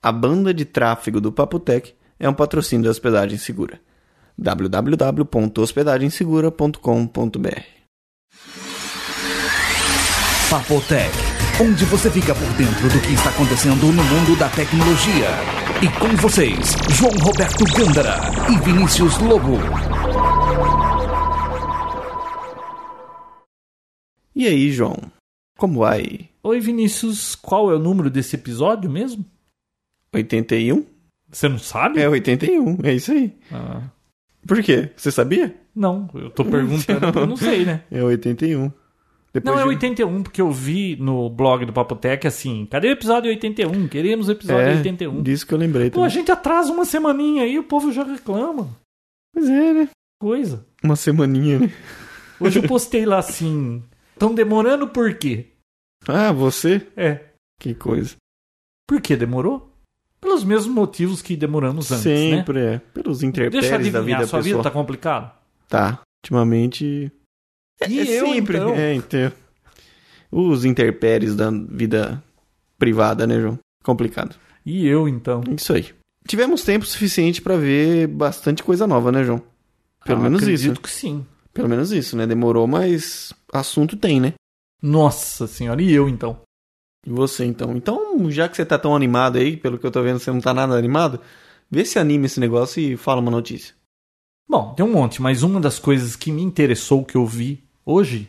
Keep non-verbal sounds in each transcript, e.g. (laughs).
A banda de tráfego do Papotec é um patrocínio da Hospedagem Segura. www.hospedagensegura.com.br Papotec, onde você fica por dentro do que está acontecendo no mundo da tecnologia. E com vocês, João Roberto Gândara e Vinícius Lobo. E aí, João? Como vai? Oi, Vinícius, qual é o número desse episódio mesmo? 81? Você não sabe? É 81, é isso aí. Ah, Por quê? Você sabia? não, eu tô (laughs) perguntando, eu não sei, né? É 81. Depois Não, é de- 81, porque eu vi no blog do Papotec assim, cadê o episódio 81? Queremos o episódio É, 81. Disso que eu lembrei Pô, também. a gente atrasa uma semaninha aí, o povo já reclama. Pois é, né? Coisa. Uma semaninha, né? Hoje eu postei lá assim, tão demorando por quê? Ah, você? É, Que coisa. por que demorou? Pelos mesmos motivos que demoramos antes, né? Sempre é. Pelos Deixa eu interpéries da adivinhar, vida sua vida pessoal. tá complicada? Tá. Ultimamente. E é eu, sempre. então? É, então. Os interpéries da vida privada, né, João? Complicado. E eu, então? Isso aí. Tivemos tempo suficiente pra ver bastante coisa nova, né, João? Pelo Ah, menos acredito isso. que sim. Pelo menos isso, né? Demorou, mas assunto tem, né? Nossa senhora, e eu, então? E você, então? Então, já que você tá tão animado aí, pelo que eu tô vendo, você não tá nada animado, vê se anima esse negócio e fala uma notícia. Bom, tem um monte, mas uma das coisas que me interessou que eu vi hoje,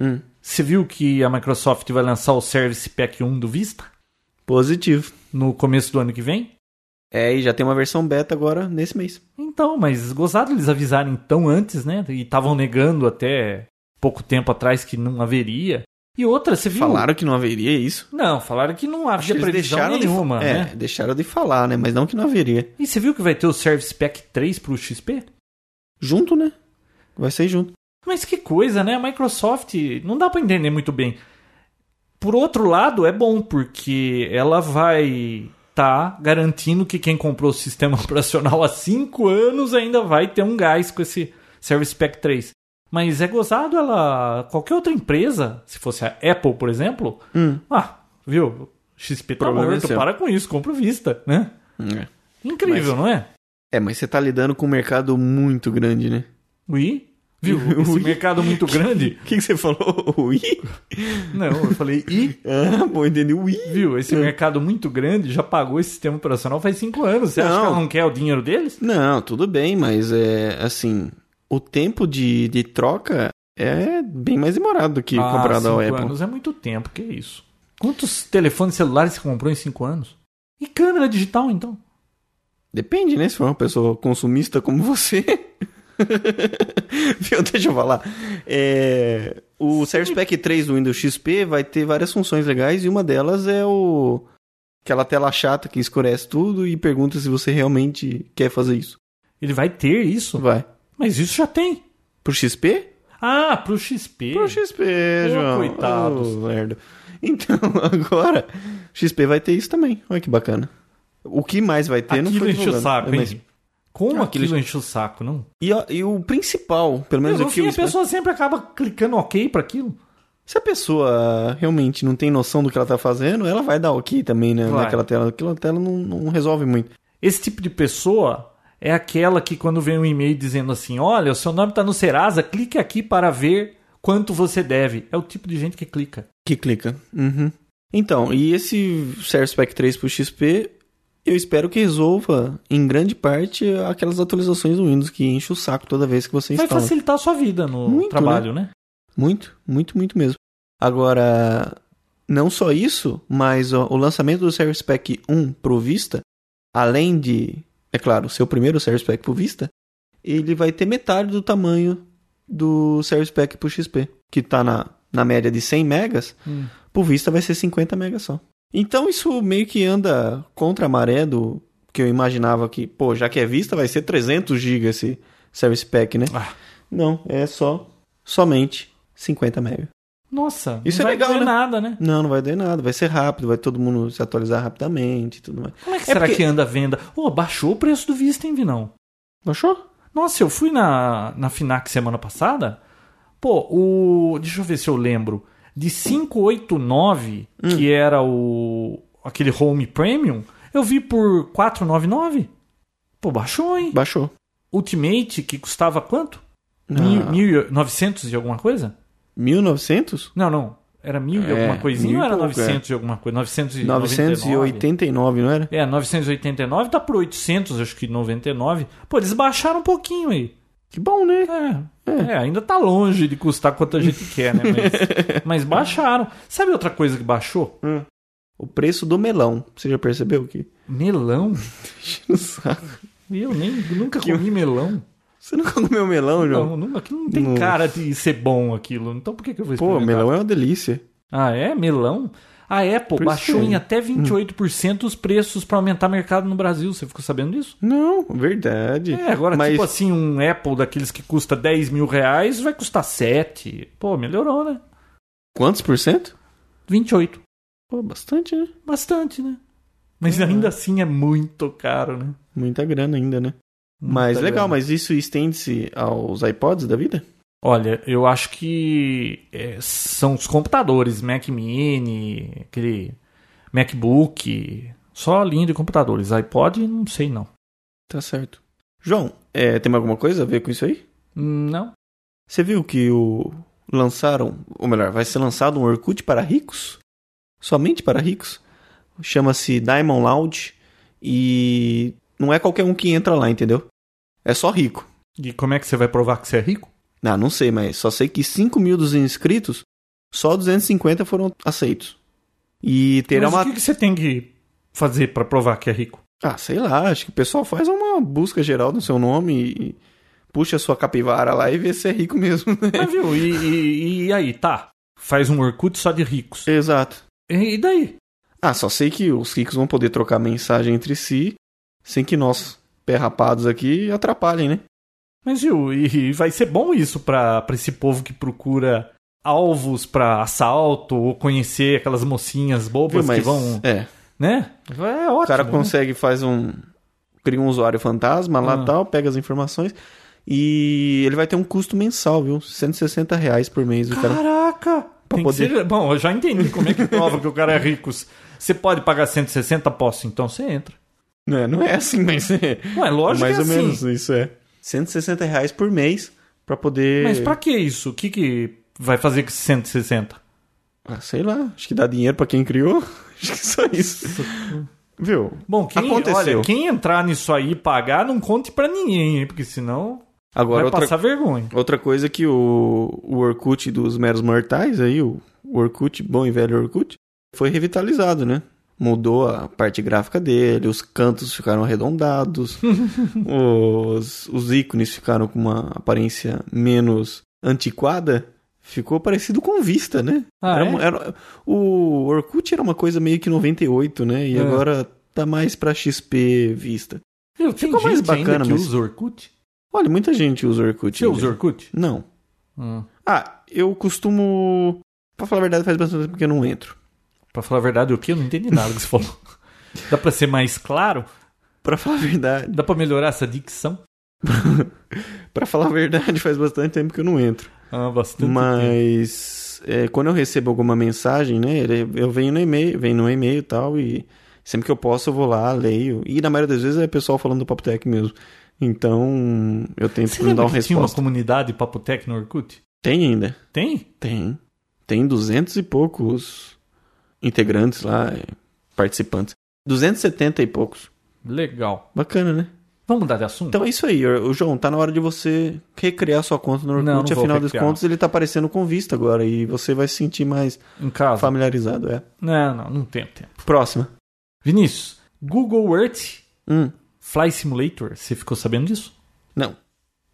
Hum. você viu que a Microsoft vai lançar o Service Pack 1 do Vista Positivo. no começo do ano que vem? É, e já tem uma versão beta agora nesse mês. Então, mas gozado eles avisarem tão antes, né? E estavam negando até pouco tempo atrás que não haveria. E outra, você viu? Falaram que não haveria isso. Não, falaram que não Acho que havia eles previsão deixaram de fa- nenhuma, é, né? deixaram de falar, né? Mas não que não haveria. E você viu que vai ter o Service Pack 3 pro XP? Junto, né? Vai ser junto. Mas que coisa, né? A Microsoft não dá pra entender muito bem. Por outro lado, é bom porque ela vai tá garantindo que quem comprou o sistema (laughs) operacional há cinco anos ainda vai ter um gás com esse Service Pack 3. Mas é gozado ela qualquer outra empresa, se fosse a Apple, por exemplo, Hum. ah, viu? XP tá Problema é morto, seu. para com isso, compra o Vista, né? É. Incrível, não é? É, mas você tá lidando com um mercado muito grande, né? Ui, (laughs) viu? Esse Ui. mercado (laughs) muito grande. (laughs) O que, que você falou? Ui? Não, eu falei, e Ah, bom, entendi. Ui. Viu? Esse É. mercado muito grande já pagou esse sistema operacional faz cinco anos. Você acha Não. que ela não quer o dinheiro deles? Não, tudo bem, mas é assim, o tempo de, de troca é bem mais demorado do que ah, comprar da cinco Apple. anos é muito tempo, que isso. Quantos telefones celulares você comprou em cinco anos? E câmera digital, então? Depende, né? Se for uma pessoa consumista como você. (laughs) Viu? Deixa eu falar. É, o Service Pack 3 do Windows XP vai ter várias funções legais e uma delas é o aquela tela chata que escurece tudo e pergunta se você realmente quer fazer isso. Ele vai ter isso. Vai. Mas isso já tem. Pro XP? Ah, pro XP. Pro XP, Ô, João. coitados. Ô, lerdo. Então, (laughs) agora, XP vai ter isso também. Olha que bacana. O que mais vai ter não aquilo foi enche o divulgado. saco, É, mas- hein? Como Ah, aquilo aquilo enche o saco, não? E, ó, e o principal, pelo menos no o que eu fim, a espero- pessoa sempre acaba clicando ok pra aquilo. Se a pessoa realmente não tem noção do que ela tá fazendo, ela vai dar ok também, né? Vai. Naquela tela. Aquela tela não, não resolve muito. Esse tipo de pessoa é aquela que quando vem um e-mail dizendo assim, olha, o seu nome está no Serasa, clique aqui para ver quanto você deve. É o tipo de gente que clica. Que clica. Uhum. Então, e esse Service Pack 3 pro XP, eu espero que resolva, em grande parte, aquelas atualizações do Windows que enche o saco toda vez que você Vai instala. facilitar a sua vida no então. Muito, trabalho, né? Muito, muito, muito mesmo. Agora, não só isso, mas ó, o lançamento do Service Pack 1 pro Vista, além de, é claro, ser o primeiro Service Pack pro Vista, ele vai ter metade do tamanho do Service Pack pro XP, que tá na, na média de 100 megas, Hum. pro Vista vai ser 50 megas só. Então isso meio que anda contra a maré do que eu imaginava que, pô, já que é Vista, vai ser 300 GB esse Service Pack, né? Ah. Não, é só somente 50 mega. Nossa, Isso não é legal, vai doer né? nada, né? Não, não vai doer nada, vai ser rápido, vai todo mundo se atualizar rapidamente e tudo mais. Como é que É será porque- que anda a venda? Ô, baixou o preço do Vista, hein, Vinão? Achou? Nossa, eu fui na, na FINAC semana passada. Pô, o. Deixa eu ver se eu lembro. Hum. De 589, que era o. aquele home premium, Eu vi por 499. Pô, baixou, hein? Baixou. Ultimate, que custava quanto? Ah. Mil, mil, e- 900 e alguma coisa? 1900? Não, não. Era mil e É, alguma coisinha mil e ou era pouco, 900 e alguma coisa? 989. 989, não era? É, 989 tá por 800, acho que 99. Pô, eles baixaram um pouquinho aí. Que bom, né? É, é, ainda tá longe de custar quanto a gente quer, né? (laughs) Mas, mas baixaram. Sabe outra coisa que baixou? O preço do melão. Você já percebeu que? (laughs) Melão. No saco. Eu nem, nunca comi melão. Você nunca comeu melão, João? Não, não, aquilo não tem Nossa. cara de ser bom aquilo. Então por que, que eu vou Pô, experimentar? melão é uma delícia. Ah, é? Melão? A Apple Por isso Hum. baixou que- em até 28% os preços pra aumentar mercado no Brasil. Você ficou sabendo disso? Não, verdade. É, agora, Mas tipo assim, um Apple daqueles que custa 10 mil reais vai custar 7. Pô, melhorou, né? quantos por cento? 28. Pô, bastante, né? Bastante, né? Mas Uhum. ainda assim é muito caro, né? Muita grana ainda, né? Muita mas legal, grana. mas isso estende-se aos iPods da vida? Olha, eu acho que é, são os computadores, Mac Mini, aquele MacBook, só a linha de computadores. iPod, não sei não. Tá certo. João, é, tem alguma coisa a ver com isso aí? Não. Você viu que o lançaram, ou melhor, vai ser lançado um Orkut para ricos? Somente para ricos? Chama-se Diamond Lounge e não é qualquer um que entra lá, entendeu? É só rico. E como é que você vai provar que você é rico? Ah, não sei, mas só sei que 5 mil dos inscritos, só 250 foram aceitos. E terá Mas uma. o que, que você tem que fazer pra provar que é rico? Ah, sei lá, acho que o pessoal faz uma busca geral no seu nome e, e puxa a sua capivara lá e vê se é rico mesmo, né? (laughs) Mas viu, e, e- e aí, tá? Faz um Orkut só de ricos. Exato. E, e daí? Ah, só sei que os ricos vão poder trocar mensagem entre si sem que nós, perrapados aqui, atrapalhem, né? Mas viu, e, e vai ser bom isso pra, pra esse povo que procura alvos pra assalto ou conhecer aquelas mocinhas bobas Viu, mas- que vão, É. né? É ótimo. O cara né? consegue, faz um. cria um usuário fantasma lá Ah. e tal, pega as informações. E ele vai ter um custo mensal, viu? R$ 160 reais por mês. O cara... Caraca! Tem que poder- ser- Bom, eu já entendi como é que prova que o cara é rico. Você pode pagar 160 posso, então você entra. Não, é, não é assim, mas é. Ué, lógico mais que é ou assim. menos isso, é. R$ 160 reais por mês pra poder. Mas pra que isso? O que, que vai fazer com esses 160? Ah, sei lá, acho que dá dinheiro pra quem criou. (laughs) Acho que só isso. Viu? Bom, quem, Aconteceu. olha, quem entrar nisso aí e pagar, não conte pra ninguém, hein? porque senão Agora vai outra passar vergonha. Outra coisa é que o, o Orkut dos meros mortais aí, o, o Orkut, bom e velho Orkut, foi revitalizado, né? Mudou a parte gráfica dele, os cantos ficaram (laughs) arredondados, os, os ícones ficaram com uma aparência menos antiquada. Ficou parecido com Vista, né? Ah, Era é? uma- era- o Orkut era uma coisa meio que 98, né? E É. agora tá mais pra XP Vista. Viu, tem Ficou mais gente ainda bacana, que mas- usa Orkut? Olha, muita gente usa Orkut. Você ainda. usa Orkut? Não. Ah, eu costumo. Pra falar a verdade, faz bastante tempo que eu não entro. Pra falar a verdade, o que? Eu não entendi nada que (laughs) você falou. Dá pra ser mais claro? Pra falar a verdade. Dá pra melhorar essa dicção? Pra falar a verdade, faz bastante tempo que eu não entro. Ah, bastante. tempo. Mas é, quando eu recebo alguma mensagem, né? ele- Eu venho no e-mail, venho no e-mail e tal, e sempre que eu posso, eu vou lá, leio. E na maioria das vezes é pessoal falando do Papotec mesmo. Então, eu tento Você não dar lembra uma que tinha uma resposta. comunidade Papotec no Orkut? Tem ainda. Tem? Tem. Tem duzentos e poucos integrantes lá, é, participantes. 270 e poucos. Legal. Bacana, né? Vamos mudar de assunto? Então é isso aí, o João. Tá na hora de você recriar sua conta no Orkut. Não, não vou Afinal das recriar. contas, ele tá aparecendo com vista agora e você vai se sentir mais em casa? familiarizado. É. Não, não, não tenho tempo. Próxima. Vinícius, Google Earth Hum. Fly Simulator, você ficou sabendo disso? Não.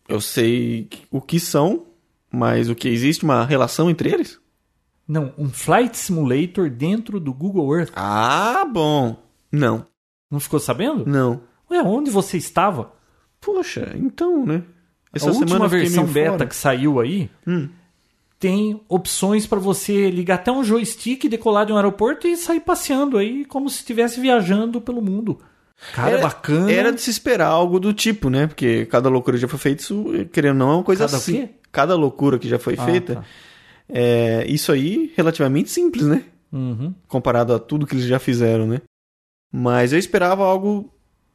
Eu sei que- o que são, mas o que existe uma relação entre eles? Não, um Flight Simulator dentro do Google Earth. Ah, bom. Não. Não ficou sabendo? Não. Ué, onde você estava? Poxa, então, né? a última eu fiquei versão meio beta fora. que saiu aí Hum. tem opções para você ligar até um joystick, decolar de um aeroporto e sair passeando aí como se estivesse viajando pelo mundo. Cara, Era- bacana. Era de se esperar algo do tipo, né? Porque cada loucura já foi feita, isso, querendo ou não, é uma coisa Cada o assim. quê? Cada loucura que já foi Ah, feita, tá. É, isso aí, relativamente simples, né? Uhum. Comparado a tudo que eles já fizeram, né? Mas eu esperava algo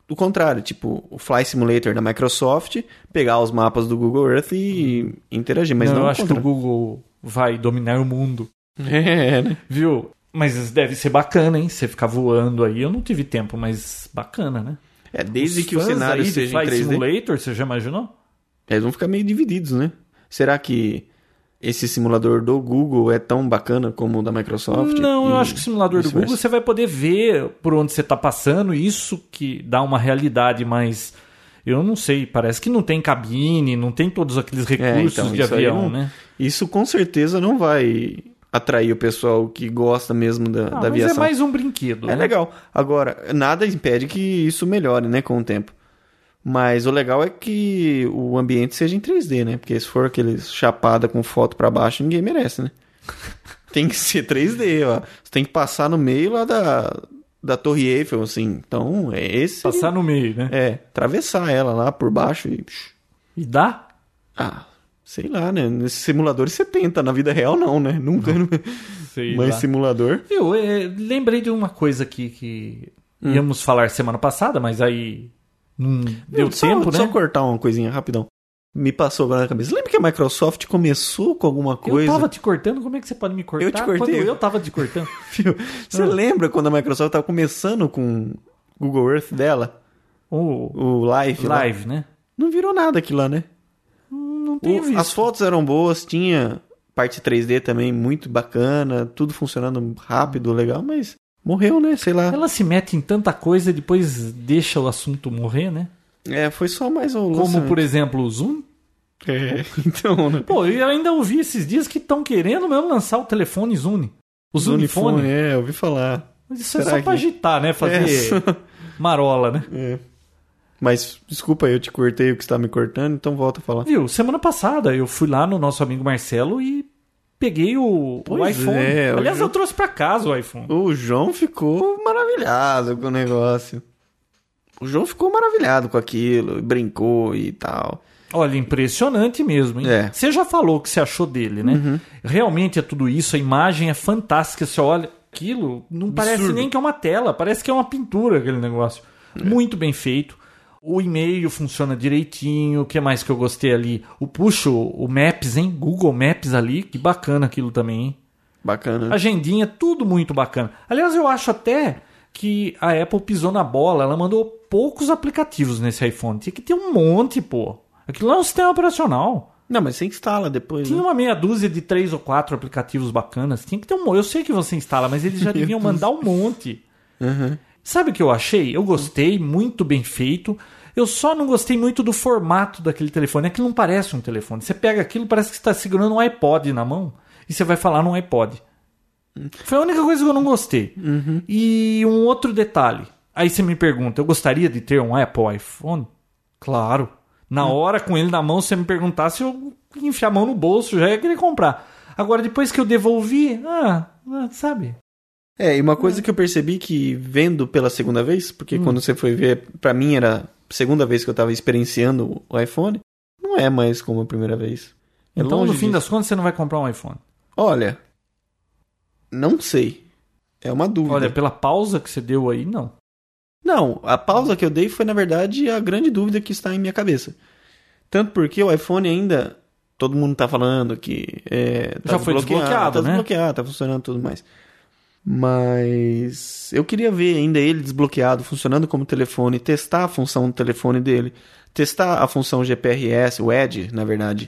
do contrário, tipo o Fly Simulator da Microsoft, pegar os mapas do Google Earth e interagir, mas não, eu o acho que o contrário. Google vai dominar o mundo, (laughs) É, né? viu? Mas deve ser bacana, hein? Você ficar voando aí. Eu não tive tempo, mas bacana, né? É, desde Os que o fãs cenário aí de seja em Flight 3D, Simulator, você já imaginou? eles vão ficar meio divididos, né? Será que esse simulador do Google é tão bacana como o da Microsoft? não, eu E- acho que o simulador do vice-versa. Google você vai poder ver por onde você está passando. Isso que dá uma realidade, mas eu não sei. Parece que não tem cabine, não tem todos aqueles recursos então, de isso aí avião, não- né? Isso com certeza não vai atrair o pessoal que gosta mesmo da, Ah, da mas é aviação. mais um brinquedo. É né? legal. Agora, nada impede que isso melhore, né, com o tempo. Mas o legal é que o ambiente seja em 3D, né? Porque se for aqueles chapada com foto pra baixo, ninguém merece, (laughs) né? tem que ser 3D, ó. Você tem que passar no meio lá da, da Torre Eiffel, assim. Então, é esse. Passar no meio, né? É, atravessar ela lá por baixo e. E dá? Ah, sei lá, né? Nesse simulador você tenta, na vida real não, né? Nunca. (laughs) Sei Mas lá. simulador. Viu, é, lembrei de uma coisa aqui que Hum. íamos falar semana passada, mas aí não deu só, tempo, Só né? cortar uma coisinha rapidão. Me passou agora na cabeça. Lembra que a Microsoft começou com alguma coisa? Eu tava te cortando, como é que você pode me cortar? Eu te cortei. Quando eu tava te cortando. Fio, Você Ah. lembra quando a Microsoft tava começando com o Google Earth dela? O O Live? lá? live, né? Não virou nada aquilo lá, né? Não tenho O- visto. as fotos eram boas, tinha parte 3D também muito bacana, tudo funcionando rápido, legal, mas morreu, né? Sei lá. Ela se mete em tanta coisa e depois deixa o assunto morrer, né? É, foi só mais um Como, lançamento. por exemplo, o Zoom. É, (laughs) então, né? Pô, eu ainda ouvi esses dias que estão querendo mesmo lançar o telefone Zune. O Zunifone. Unifone, É, eu ouvi falar. Isso é Será só que- pra agitar, né? Fazer (laughs) marola, né? É. Mas, desculpa, eu te cortei o que está me cortando, então volta a falar. Viu, semana passada eu fui lá no nosso amigo Marcelo e peguei o, o Pois iPhone. é, o Aliás, Ju- eu trouxe pra casa o iPhone. O João ficou maravilhado com o negócio. O João ficou maravilhado com aquilo, e brincou e tal. Olha, impressionante mesmo, hein? É. Uhum. Você já falou o que você achou dele, né? Realmente é tudo isso, a imagem é fantástica. Você olha aquilo, não parece nem que é uma tela, parece que é uma pintura aquele negócio. É. Muito bem feito. O e-mail funciona direitinho. O que mais que eu gostei ali? O puxo, o Maps, hein? Google Maps ali. Que bacana aquilo também, hein? Bacana. agendinha, tudo muito bacana. Aliás, eu acho até que a Apple pisou na bola, ela mandou poucos aplicativos nesse iPhone. Tinha que ter um monte, pô. Aquilo lá é um sistema operacional. Não, mas você instala depois. Tinha né? uma meia dúzia de três ou quatro aplicativos bacanas. Tinha que ter um monte. Eu sei que você instala, mas eles já deviam mandar um monte. Uhum. Sabe o que eu achei? Eu gostei, muito bem feito. Eu só não gostei muito do formato daquele telefone. Aquilo não parece um telefone. Você pega aquilo, parece que você está segurando um iPod na mão e você vai falar num iPod. Foi a única coisa que eu não gostei. Uhum. E um outro detalhe. Aí você me pergunta, eu gostaria de ter um Apple iPhone? Claro. Hum. Na hora, com ele na mão, se você me perguntasse, eu ia enfiar a mão no bolso, já ia querer comprar. Agora, depois que eu devolvi, ah, ah, sabe? É, Hum. e uma coisa que eu percebi que vendo pela segunda vez, porque quando você foi ver, pra mim era a segunda vez que eu tava experienciando o iPhone, não é mais como a primeira vez. É então, longe no fim disso. das contas, você não vai comprar um iPhone. Olha, não sei. É uma dúvida. Olha, pela pausa que você deu aí, não. Não, a pausa que eu dei foi, na verdade, a grande dúvida que está em minha cabeça. Tanto porque o iPhone ainda. Todo mundo tá falando que. É, tá Já foi desbloqueado, tá né? desbloqueado, tá funcionando e tudo mais. Mas eu queria ver ainda ele desbloqueado, funcionando como telefone, testar a função do telefone dele, testar a função GPRS, o Edge, na verdade,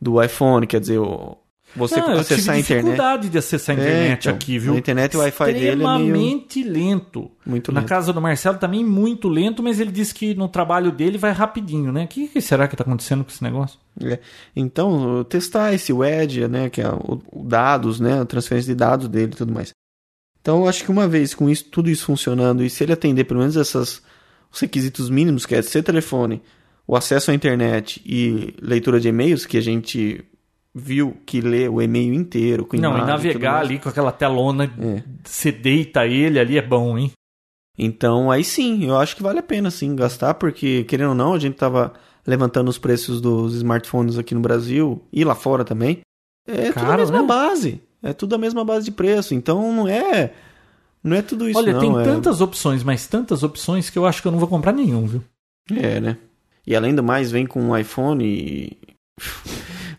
do iPhone, quer dizer, o- você não, acessar a Ah, eu tive internet. dificuldade de acessar a É, internet então, aqui, viu? a internet e o Wi-Fi dele é meio- Extremamente lento. Muito Na lento. casa do Marcelo também muito lento, mas ele disse que no trabalho dele vai rapidinho, né? O que, que será que tá acontecendo com esse negócio? É. Então, eu testar esse wedge, né, que é o, o dados, né, a transferência de dados dele e tudo mais. Então, eu acho que uma vez com isso, tudo isso funcionando, e se ele atender pelo menos essas, os requisitos mínimos, que é ser telefone, o acesso à internet e leitura de e-mails, que a gente viu que lê o e-mail inteiro, com não, imagem e navegar tudo mais. ali com aquela telona, É. você deita ele ali, é bom, hein? Então, aí sim, eu acho que vale a pena sim gastar, porque querendo ou não, a gente tava levantando os preços dos smartphones aqui no Brasil e lá fora também. É tudo a Caro, mesma né? base. É tudo a mesma base de preço. Então não é Não é tudo isso, Olha, não. tem é... tantas opções, mas tantas opções que eu acho que eu não vou comprar nenhum, viu? É, né? E além do mais, vem com um iPhone (laughs) e...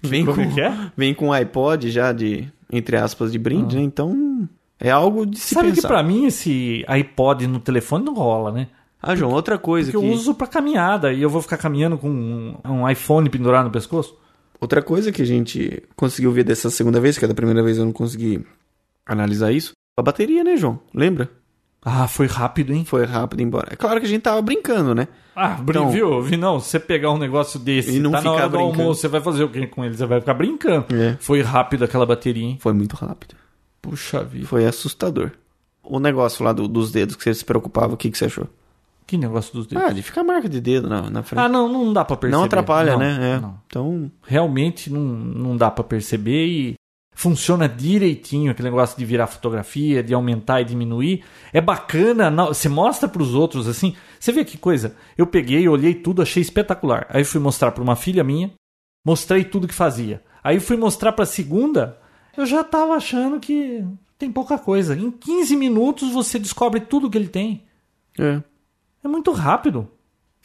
vem, com... é? (laughs) vem com um iPod já de, entre aspas, de brinde, né? Então, é algo de se Ah. Sabe pensar. que pra mim esse iPod no telefone não rola, né? Ah, João, outra coisa Porque que... eu uso pra caminhada e eu vou ficar caminhando com um, um iPhone pendurado no pescoço. Outra coisa que a gente conseguiu ver dessa segunda vez, que é da primeira vez eu não consegui analisar isso, a bateria, né, João? Lembra? Ah, foi rápido, hein? Foi rápido embora. É claro que a gente tava brincando, né? Ah, Então- então, viu? Vi, não, você pegar um negócio desse E não tá na hora ficar do brincando. almoço, você vai fazer o que com ele? Você vai ficar brincando. É. Foi rápido aquela bateria, hein? Foi muito rápido. Puxa vida. Foi assustador. O negócio lá do- dos dedos que você se preocupava, o que, que você achou? Que negócio dos dedos. Ah, de ficar marca de dedo na, na frente. Ah, não, não dá pra perceber. não atrapalha, Não, né? É. não. Então, Realmente não, não dá pra perceber e funciona direitinho aquele negócio de virar fotografia, de aumentar e diminuir. É bacana, na- você mostra pros outros assim. Você vê que coisa? Eu peguei, olhei tudo, achei espetacular. Aí fui mostrar pra uma filha minha, mostrei tudo que fazia. Aí fui mostrar pra segunda, eu já tava achando que tem pouca coisa. Em 15 minutos você descobre tudo que ele tem. é. É muito rápido.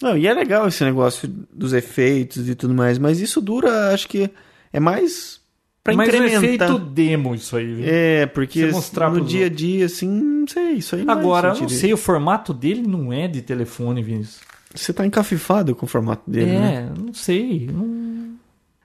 Não, e é legal esse negócio dos efeitos e tudo mais, mas isso dura, acho que é mais pra Mas um incrementar. efeito demo isso aí. viu? É, porque Você mostrar no pros dia a dia, assim, não sei, isso aí não é Agora, eu não sentido. sei, o formato dele não é de telefone, Vinícius. Você tá encafifado com o formato dele, é, né? não sei. Não...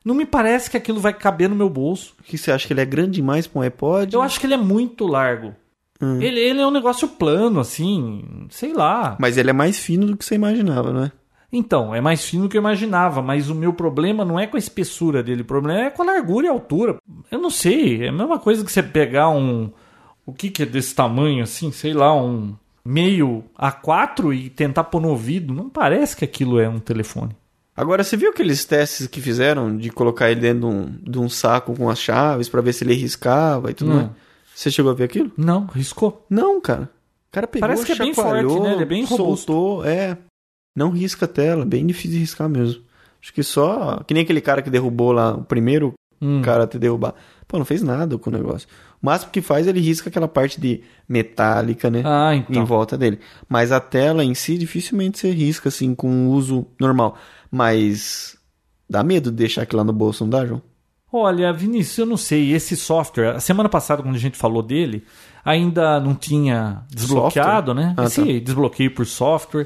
não me parece que aquilo vai caber no meu bolso. O que você acha que ele é grande demais pra um iPod? Eu acho que ele é muito largo. Hum. Ele, ele é um negócio plano, assim, sei lá. Mas ele é mais fino do que você imaginava, não é? Então, é mais fino do que eu imaginava, mas o meu problema não é com a espessura dele, o problema é com a largura e a altura. Eu não sei, é a mesma coisa que você pegar um. O que, que é desse tamanho assim? Sei lá, um meio A4 e tentar pôr no ouvido. Não parece que aquilo é um telefone. Agora, você viu aqueles testes que fizeram de colocar ele dentro de um, de um saco com as chaves pra ver se ele riscava e tudo Não. mais? Você chegou a ver aquilo? Não, riscou. Não, cara. O cara pegou, Parece que é bem chacoalhou, forte, né? Ele é bem robusto. soltou, é. Não risca a tela, bem difícil de riscar mesmo. Acho que só... Que nem aquele cara que derrubou lá, o primeiro Hum. o cara te derrubar. Pô, não fez nada com o negócio. O máximo que faz, ele risca aquela parte de metálica, né? Ah, Em então. volta dele. Mas a tela em si, dificilmente você risca, assim, com um uso normal. Mas dá medo de deixar aquilo lá no bolso, não dá, João? Olha, Vinícius, eu não sei. Esse software, a semana passada, quando a gente falou dele, ainda não tinha desbloqueado, né? Ah, Esse desbloqueio por software.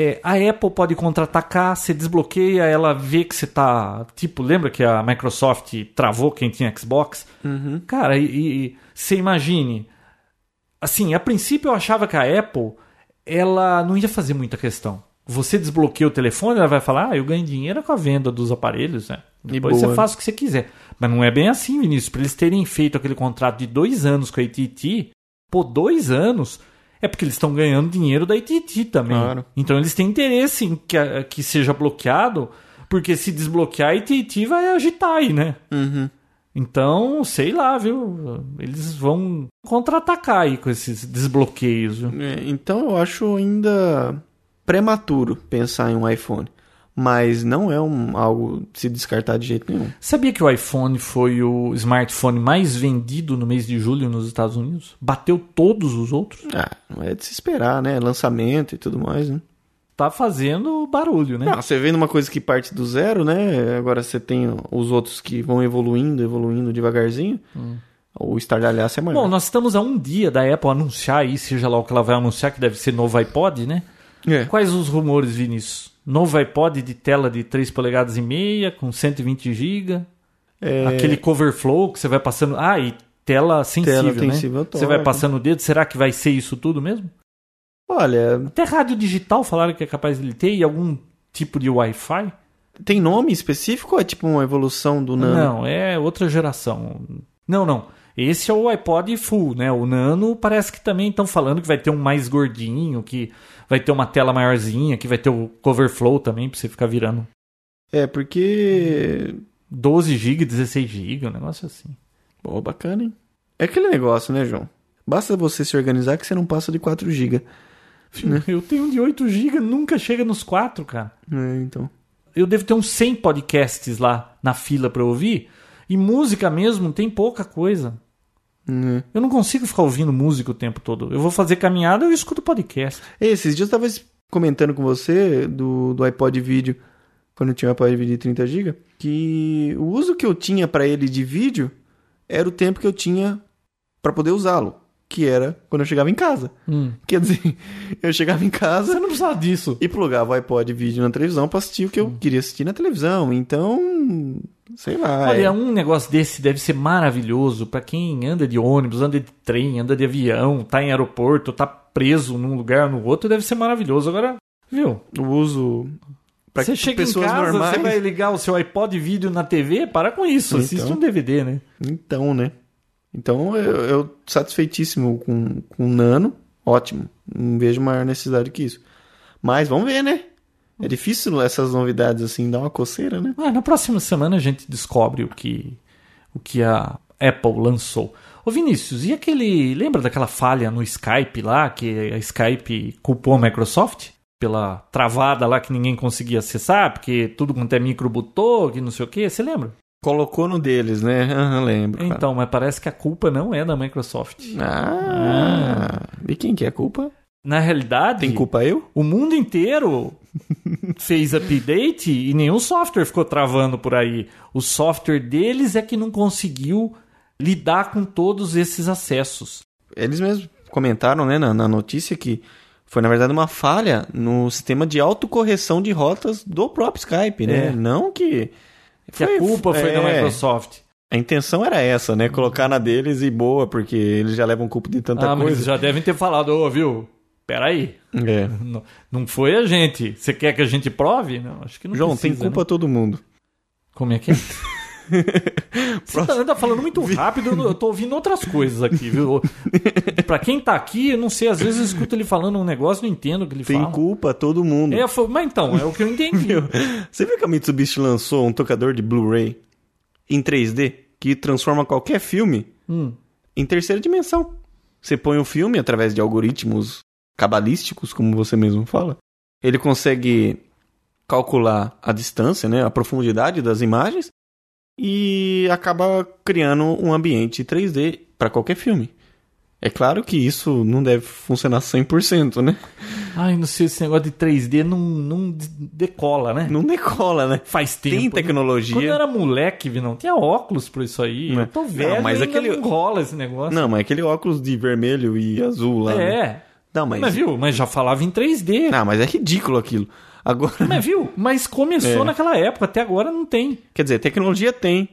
É, a Apple pode contra-atacar, você desbloqueia, ela vê que você tá. Tipo, lembra que a Microsoft travou quem tinha Xbox? Uhum, Cara, e, e- e você imagine. Assim, a princípio eu achava que a Apple ela não ia fazer muita questão. Você desbloqueia o telefone, ela vai falar: ah, eu ganho dinheiro com a venda dos aparelhos, né? E Depois boa. você faz o que você quiser. Mas não é bem assim, Vinícius. Para eles terem feito aquele contrato de dois anos com a AT&T, por dois anos, é porque eles estão ganhando dinheiro da AT&T também. Claro. Então eles têm interesse em que, a- que seja bloqueado, porque se desbloquear, a AT&T vai agitar aí, né? Uhum. Então, sei lá, viu? Eles vão contra-atacar aí com esses desbloqueios, viu? É, então eu acho ainda prematuro pensar em um iPhone. Mas não é um, algo de se descartar de jeito nenhum. Sabia que o iPhone foi o smartphone mais vendido no mês de julho nos Estados Unidos? Bateu todos os outros? Ah, não é de se esperar, né? Lançamento e tudo mais, né? Tá fazendo barulho, né? Não, você vendo uma coisa que parte do zero, né? Agora você tem os outros que vão evoluindo, evoluindo devagarzinho. O estardalhaço é maior. Hum. Bom, nós estamos a um dia da Apple anunciar aí, seja lá o que ela vai anunciar, que deve ser novo iPod, né? É. Quais os rumores, Vinícius? Novo iPod de tela de 3 polegadas e meia, com 120 GB. É. Aquele cover flow que você vai passando. Ah, e tela sensível, Tela né? sensível, Você vai toque. passando o dedo, será que vai ser isso tudo mesmo? Olha, Até rádio digital falaram que é capaz de ele ter e algum tipo de Wi-Fi? tem nome específico ou é tipo uma evolução do Nano? Não, é outra geração. Não, não. Esse é o iPod full, né? O Nano parece que também estão falando que vai ter um mais gordinho, que vai ter uma tela maiorzinha, que vai ter o cover flow também pra você ficar virando É, porque. 12 GB, 16 GB, um negócio assim. Pô, bacana, hein? É aquele negócio, né, João? Basta você se organizar que você não passa de 4 GB. Eu tenho um de 8 GB, nunca chega nos 4, cara. É, então. Eu devo ter uns 100 podcasts lá na fila pra eu ouvir e música mesmo tem pouca coisa. Né? Eu não consigo ficar ouvindo música o tempo todo. Eu vou fazer caminhada, eu escuto podcast. Esses dias eu tava es- comentando com você do, do iPod vídeo, quando eu tinha o iPod vídeo de 30 GB, que o uso que eu tinha pra ele de vídeo era o tempo que eu tinha pra poder usá-lo, que era quando eu chegava em casa. Hum. Quer dizer, (laughs) eu chegava em casa Você não precisa disso. e plugava o iPod vídeo na televisão pra assistir o que eu Hum. queria assistir na televisão. Então, sei lá. Olha, é- um negócio desse deve ser maravilhoso pra quem anda de ônibus, anda de trem, anda de avião, tá em aeroporto, tá preso num lugar ou no outro, deve ser maravilhoso. Agora, viu? o uso pra você chega pessoas em casa, normais. você vai ligar o seu iPod vídeo na TV, para com isso, Então. assiste um DVD, né? Então, né? Então, eu, eu satisfeitíssimo com, com o Nano. Ótimo. Não vejo maior necessidade que isso. Mas vamos ver, né? É difícil essas novidades assim, dar uma coceira, né? Ah, na próxima semana a gente descobre o que, o que a Apple lançou. Ô Vinícius, e aquele. Lembra daquela falha no Skype lá, que a Skype culpou a Microsoft? Pela travada lá que ninguém conseguia acessar, porque tudo quanto é micro botou, que não sei o quê, você lembra? Colocou no deles, né? (laughs) Aham, lembro. cara. Então, mas parece que a culpa não é da Microsoft. Ah, de quem que é a culpa? Na realidade, Tem culpa eu? o (laughs) mundo inteiro fez update e nenhum software ficou travando por aí. O software deles é que não conseguiu lidar com todos esses acessos. Eles mesmos comentaram, né, na, na notícia que foi, na verdade, uma falha no sistema de autocorreção de rotas do próprio Skype, né? É. Não que... Que a culpa foi da é. Microsoft. A intenção era essa, né? Colocar na deles e boa, porque eles já levam culpa de tanta Ah, mas coisa. já devem ter falado, ô, viu? Peraí, É. não, não foi a gente. Você quer que a gente prove? Não, acho que não João, precisa, tem culpa né? todo mundo. (laughs) Como é que é? Você tá, anda falando muito rápido, eu não- eu tô ouvindo outras coisas aqui, viu? pra quem tá aqui, eu não sei, às vezes eu escuto ele falando um negócio, não entendo o que ele Tem fala. culpa todo mundo. É, foi- mas então, é o que eu entendi. Você viu que a Mitsubishi lançou um tocador de Blu-ray em 3D que transforma qualquer filme Hum. em terceira dimensão? Você põe o filme através de algoritmos cabalísticos, como você mesmo fala. Ele consegue calcular a distância, né, a profundidade das imagens e acaba criando um ambiente 3D para qualquer filme. É claro que isso não deve funcionar 100%, né? (laughs) Ai, não sei, esse negócio de 3D não, não de- decola, né? Não decola, né? Faz tempo. Tem né? Quando eu tecnologia. era moleque, não tinha óculos pra isso aí. Não. Eu tô Não, velho, mas ainda aquele- não rola esse negócio. Não, mas aquele óculos de vermelho e azul lá. né? é. Não, Mas... mas. viu? Mas já falava em 3D. Ah, mas é ridículo aquilo. Agora, Mas viu? Mas começou É. naquela época, até agora não tem. quer dizer, tecnologia tem.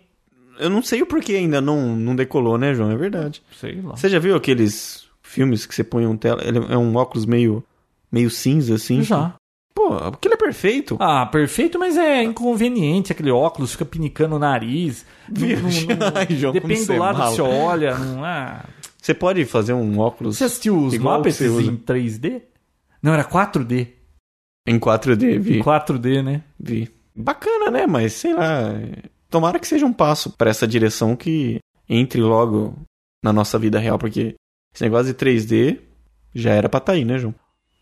Eu não sei o porquê ainda não, não decolou, né, João? É verdade. Sei lá. Você já viu aqueles filmes que você põe um tela, ele é um óculos meio meio cinza assim? Já. Pô, aquilo é perfeito. Ah, perfeito, mas é inconveniente aquele óculos, fica pinicando o nariz. Não- Viu? não- não- Ai, João, como depende você do é lado mala. que você olha. Não, ah, Você pode fazer um óculos Você assistiu os Igual Muppets você usa. em 3D? Não, era 4D. em 4D, vi, 4D, né? vi. Bacana, né? Mas sei lá, é- tomara que seja um passo pra essa direção que entre logo na nossa vida real, porque esse negócio de 3D já era pra tá aí, né, João?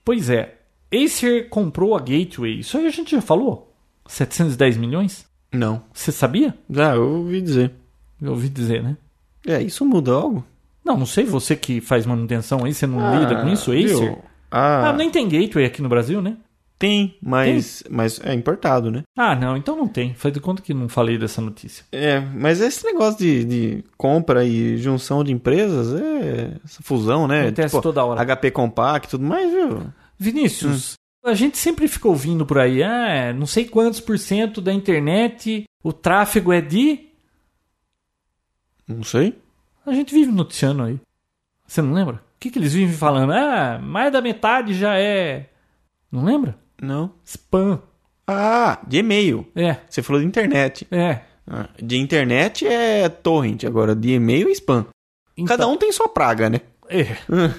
Pois é. Acer comprou a Gateway. Isso aí a gente já falou. 710 milhões? Não. Você sabia? Já eu ouvi dizer. Eu ouvi dizer, né? É, isso muda algo? Não, não sei. Você que faz manutenção aí, você não Ah, lida com isso, Acer? viu? Ah, Ah, nem tem Gateway aqui no Brasil, né? tem, mas mas é importado, né? Ah, não. Então não tem. Faz de conta que não falei dessa notícia. É, mas esse negócio de, de compra e junção de empresas, é essa fusão, né? Acontece toda hora. HP Compact e tudo mais, viu? Vinícius, Hum. a gente sempre fica ouvindo por aí, ah, não sei quantos por cento da internet o tráfego é de... Não sei. A gente vive noticiando aí. Você não lembra? O que, que eles vivem falando? Ah, mais da metade já é. Não lembra? Não. Spam. Ah, de e-mail. É, Você falou de internet. é. Ah, De internet é torrent, agora de e-mail é spam. Cada um tem sua praga, né? Então, É.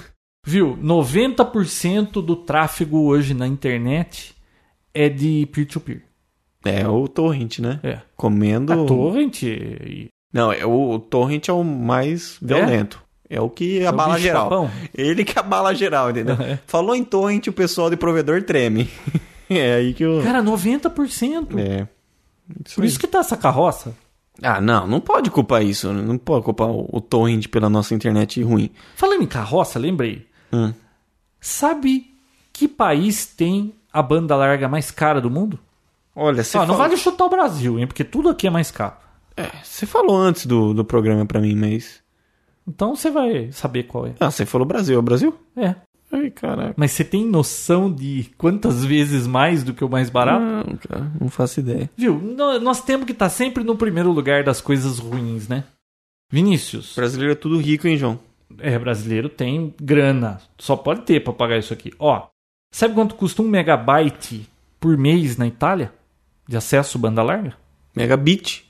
Viu? 90% do tráfego hoje na internet é de peer-to-peer. É o torrent, né? É. Comendo. A torrent. e- Não, é o, o torrent é o mais violento. É, o que é o abala bicho geral. Hum. papão. (laughs) Ele que abala geral, entendeu? É. Falou em torrent, o pessoal de provedor treme. (laughs) é aí que eu. Cara, 90%. É. Isso Por isso que tá essa carroça. Ah, não, não pode culpar isso. né? Não pode culpar o, o torrent pela nossa internet ruim. Falando em carroça, lembrei. Hum. Sabe que país tem a banda larga mais cara do mundo? Olha, você Ó, não fala- vale chutar o Brasil, hein? Porque tudo aqui é mais caro. É, você falou antes do, do programa pra mim, mas... Então você vai saber qual é. Ah, você falou Brasil. É o Brasil? É. Ai, caraca. Mas você tem noção de quantas vezes mais do que o mais barato? Não, cara, não faço ideia. Viu? No- Nós temos que estar sempre no primeiro lugar das coisas ruins, né? Vinícius, Brasileiro é tudo rico, hein, João? é brasileiro, tem grana. Só pode ter pra pagar isso aqui. Ó, sabe quanto custa um megabyte por mês na Itália? De acesso banda larga? Megabit.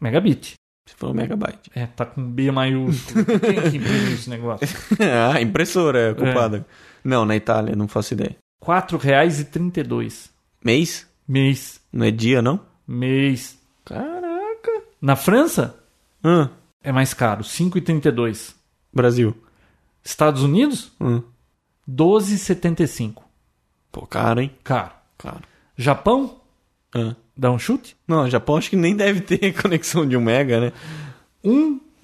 Megabit. Você falou megabyte. É, tá com B maiúsculo. Quem que imprime esse negócio? (laughs) ah, impressora é culpada. Não, na Itália, não faço ideia. R$ 4,32. Mês? Mês. Não é dia, não? Mês. Caraca. Na França, Ah, é mais caro. 5,32. Brasil. Estados Unidos, Hum. 12,75. Pô, caro, hein? Caro. Claro. Japão, Ah. dá um chute? Não, Japão acho que nem deve ter (laughs) conexão de um mega, né?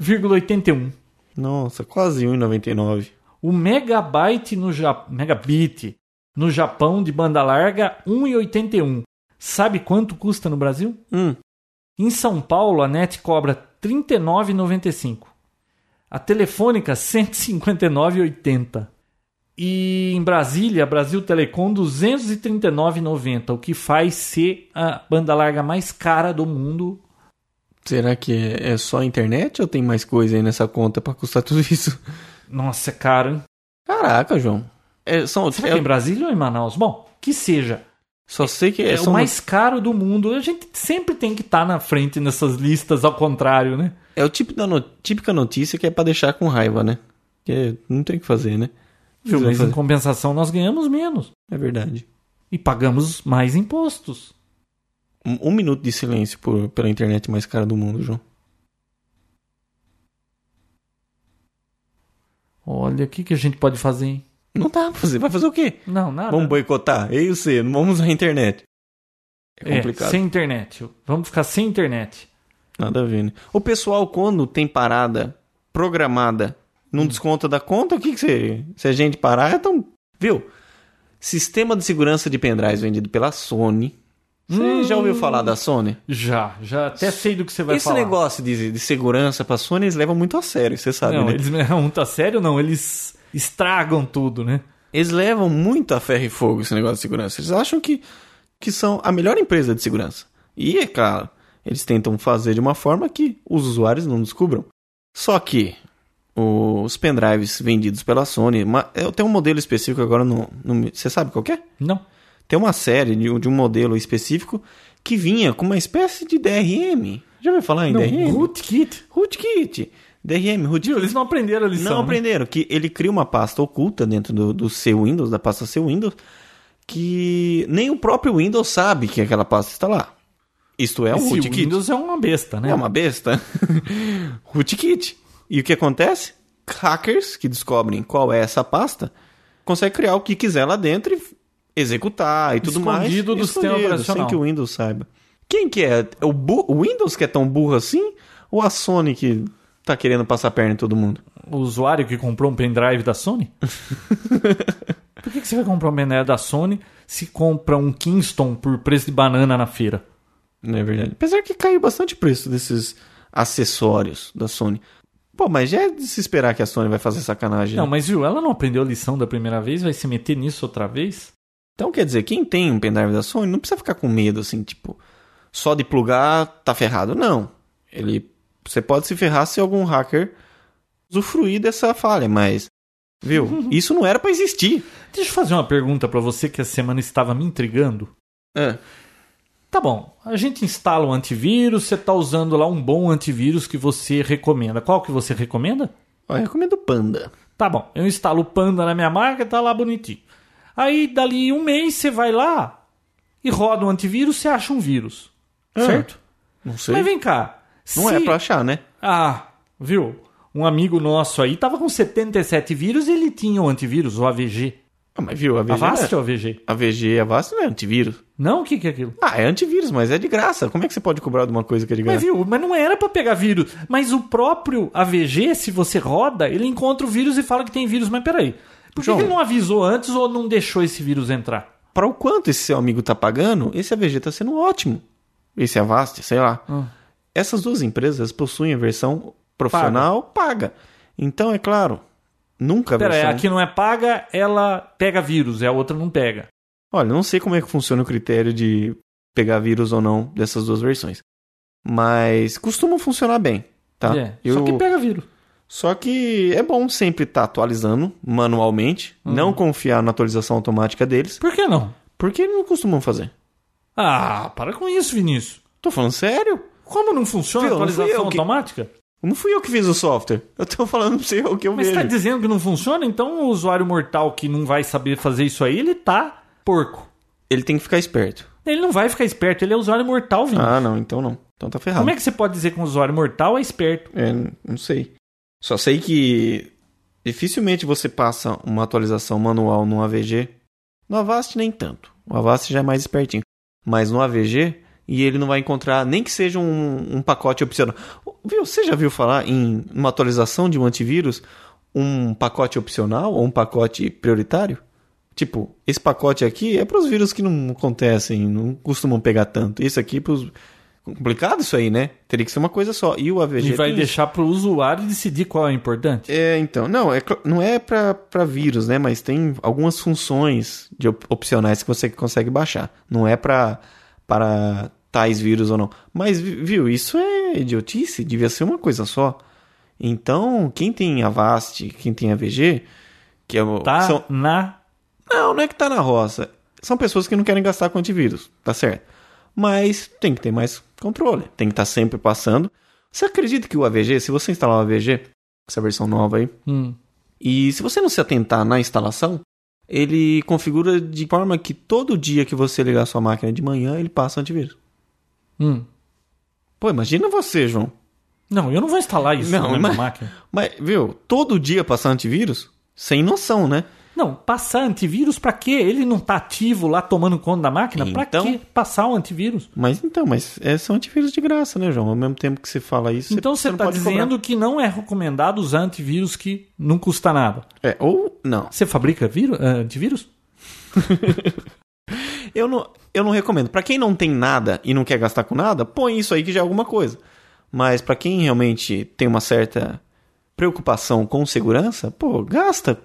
1,81. Nossa, quase 1,99. O megabyte no Japão. Megabit no Japão de banda larga, 1,81. Sabe quanto custa no Brasil? Hum. Em São Paulo, a NET cobra R$ 39,95. A Telefônica, R$ 159,80. E em Brasília, Brasil Telecom, R$ 239,90. O que faz ser a banda larga mais cara do mundo. Será que é é só a internet ou tem mais coisa aí nessa conta pra custar tudo isso? Nossa, é caro, hein? Caraca, João. É, são, Será é- que é em Brasília ou em Manaus? Bom, que seja. só sei que É, é, o mais caro do mundo. A gente sempre tem que estar na frente nessas listas, ao contrário, né? é o tipo da no- típica notícia que é pra deixar com raiva, né? Que não tem o que fazer, né? Viu? Sim, Mas sim. em compensação, nós ganhamos menos. É verdade. E pagamos mais impostos. Um, um minuto de silêncio por, pela internet mais cara do mundo, João. Olha, o que, que a gente pode fazer, hein? Não dá pra fazer. Vai fazer o quê? Não, nada. Vamos boicotar. Eu e você, não vamos usar a internet. É É, complicado. sem internet. Vamos ficar sem internet. Nada a ver, né? O pessoal, quando tem parada programada, não desconta da conta, o que, que você. Se a gente parar, então. Viu? Sistema de segurança de pendrives vendido pela Sony. Você já ouviu falar da Sony? Já, já até sei do que você vai Esse falar. negócio de, de segurança pra Sony, eles levam muito a sério, você sabe, não, né? eles (laughs) não tá sério não, eles estragam tudo, né? Eles levam muito a ferro e fogo esse negócio de segurança. Eles acham que, que são a melhor empresa de segurança. E, é claro, eles tentam fazer de uma forma que os usuários não descubram. Só que os pendrives vendidos pela Sony, ma- eu tenho um modelo específico agora, não, não me- você sabe qual que é? Não. Tem uma série de, um- de um modelo específico que vinha com uma espécie de DRM. Já ouviu falar em não, DRM? rootkit. Rootkit. DRM, rootkit. Viu, Eles não aprenderam a lição. Não né? aprenderam que ele cria uma pasta oculta dentro do, do seu Windows, da pasta seu Windows, que nem o próprio Windows sabe que aquela pasta está lá. Isto é um Esse rootkit. Windows é uma besta, né? É uma besta. (laughs) rootkit. E o que acontece? Hackers que descobrem qual é essa pasta conseguem criar o que quiser lá dentro e executar e tudo mais. Escondido do sistema sem operacional. que o Windows saiba. Quem que é? É O, bu- o Windows que é tão burro assim? Ou a Sony que tá querendo passar perna em todo mundo? O usuário que comprou um pendrive (laughs) da Sony? por que, que você vai comprar um pendrive da Sony se compra um Kingston por preço de banana na feira? Não é verdade. Apesar que caiu bastante o preço desses acessórios da Sony. Pô, mas já é de se esperar que a Sony vai fazer sacanagem. Não, né? mas viu, ela não aprendeu a lição da primeira vez, vai se meter nisso outra vez? Então quer dizer, quem tem um pendrive da Sony não precisa ficar com medo assim, tipo, só de plugar tá ferrado. Não. Ele você pode se ferrar se algum hacker usufruir dessa falha, mas (laughs) viu? Isso não era pra existir. Deixa eu fazer uma pergunta pra você que a semana estava me intrigando. É. Tá bom, a gente instala um antivírus, você tá usando lá um bom antivírus que você recomenda. Qual que você recomenda? Ó, eu recomendo o Panda. Tá bom, eu instalo o Panda na minha marca, tá lá bonitinho. Aí dali um mês você vai lá e roda um antivírus, você acha um vírus. Certo? Não Ah, sei. Mas vem cá. Não se- é pra achar, né? Ah, viu? Um amigo nosso aí tava com 77 vírus e ele tinha o antivírus, o AVG. Ah, mas viu, a VG. A Avast não é- ou a VG? A VG, a Avast não é antivírus. Não, o que, que é aquilo? Ah, é antivírus, mas é de graça. Como é que você pode cobrar de uma coisa que é de Mas graça? viu, mas não era pra pegar vírus. Mas o próprio AVG, se você roda, ele encontra o vírus e fala que tem vírus. Mas peraí, por que, João. que ele não avisou antes ou não deixou esse vírus entrar? Para o quanto esse seu amigo tá pagando, esse AVG tá sendo ótimo. Esse Avast, sei lá. Ah. Essas duas empresas possuem a versão profissional paga. Então, é claro, nunca a Pera aí, versão... aqui não é paga, ela pega vírus, e a outra não pega. Olha, eu não sei como é que funciona o critério de pegar vírus ou não dessas duas versões. Mas costumam funcionar bem, tá? É, Só Eu- que pega vírus. Só que é bom sempre estar atualizando manualmente, Uhum. não confiar na atualização automática deles, Por que não? porque eles não costumam fazer. Ah, para com isso, Vinícius. Tô falando sério? Como não funciona Viu, a não fui atualização eu que- automática? Não fui eu que fiz o software. Eu tô falando pra você é o que eu Mas você tá vejo. dizendo que não funciona? Então o usuário mortal que não vai saber fazer isso aí, ele tá porco. Ele tem que ficar esperto. Ele não vai ficar esperto, ele é usuário mortal, Vinícius. Ah, não, então não. Então tá ferrado. Como é que você pode dizer que um usuário mortal é esperto? É, n- não sei. Só sei que dificilmente você passa uma atualização manual num AVG. No Avast nem tanto. O Avast já é mais espertinho. Mas no AVG, e ele não vai encontrar nem que seja um, um pacote opcional. Viu? Você já viu falar em uma atualização de um antivírus, um pacote opcional ou um pacote prioritário? Tipo, esse pacote aqui é para os vírus que não acontecem, não costumam pegar tanto. Isso aqui para os... Complicado isso aí, né? Teria que ser uma coisa só. E o AVG E vai tem isso. deixar pro usuário decidir qual é o importante? É, então, não, é, cl- não é pra pra vírus, né? Mas tem algumas funções de op- opcionais que você consegue baixar. Não é pra para tais vírus ou não. Mas vi- viu, isso é idiotice, devia ser uma coisa só. Então, quem tem Avast, quem tem AVG, que é o- Tá são- na. não, não é que tá na roça. São pessoas que não querem gastar com antivírus, tá certo? Mas tem que ter mais controle, tem que estar sempre passando. Você acredita que o AVG, se você instalar o AVG, essa versão nova aí, Hum. e se você não se atentar na instalação, ele configura de forma que todo dia que você ligar sua máquina de manhã, ele passa o antivírus. Hum. Pô, imagina você, João. Não, eu não vou instalar isso Não, na minha mas- máquina. Mas, viu, todo dia passar antivírus? Sem noção, né? Não, passar antivírus pra quê? Ele não tá ativo lá tomando conta da máquina? Pra Então- quê passar o antivírus? Mas então, mas é, são antivírus de graça, né, João? Ao mesmo tempo que você fala isso, então você não tá pode cobrar. dizendo que não é recomendado usar antivírus que não custa nada. É, ou não. Você fabrica vírus, eh, antivírus? Eu não, eu não recomendo. Pra quem não tem nada e não quer gastar com nada, põe isso aí que já é alguma coisa. Mas pra quem realmente tem uma certa preocupação com segurança, pô, gasta.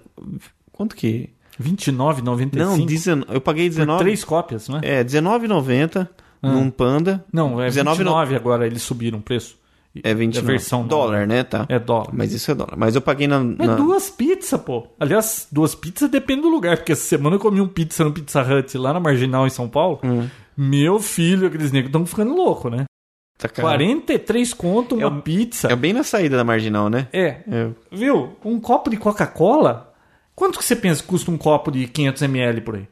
Quanto que? 29,95 Não, por 19, eu paguei 19. três Ah. cópias, né? É, 19,90 num Panda. Não, é 19,90. 29 agora eles subiram o preço. É 29. A versão nova. dólar, né, tá? É dólar. Mas isso é dólar. Mas eu paguei na, É na- duas pizzas, pô. Aliás, duas pizzas depende do lugar, porque essa semana eu comi um pizza no Pizza Hut lá na Marginal, em São Paulo. Hum. Meu filho, aqueles negros estão ficando louco, né? tá caro. 43 conto uma É o- pizza. É bem na saída da marginal, né? É, É. viu? Um copo de Coca-Cola? Quanto que você pensa que custa um copo de 500ml por aí?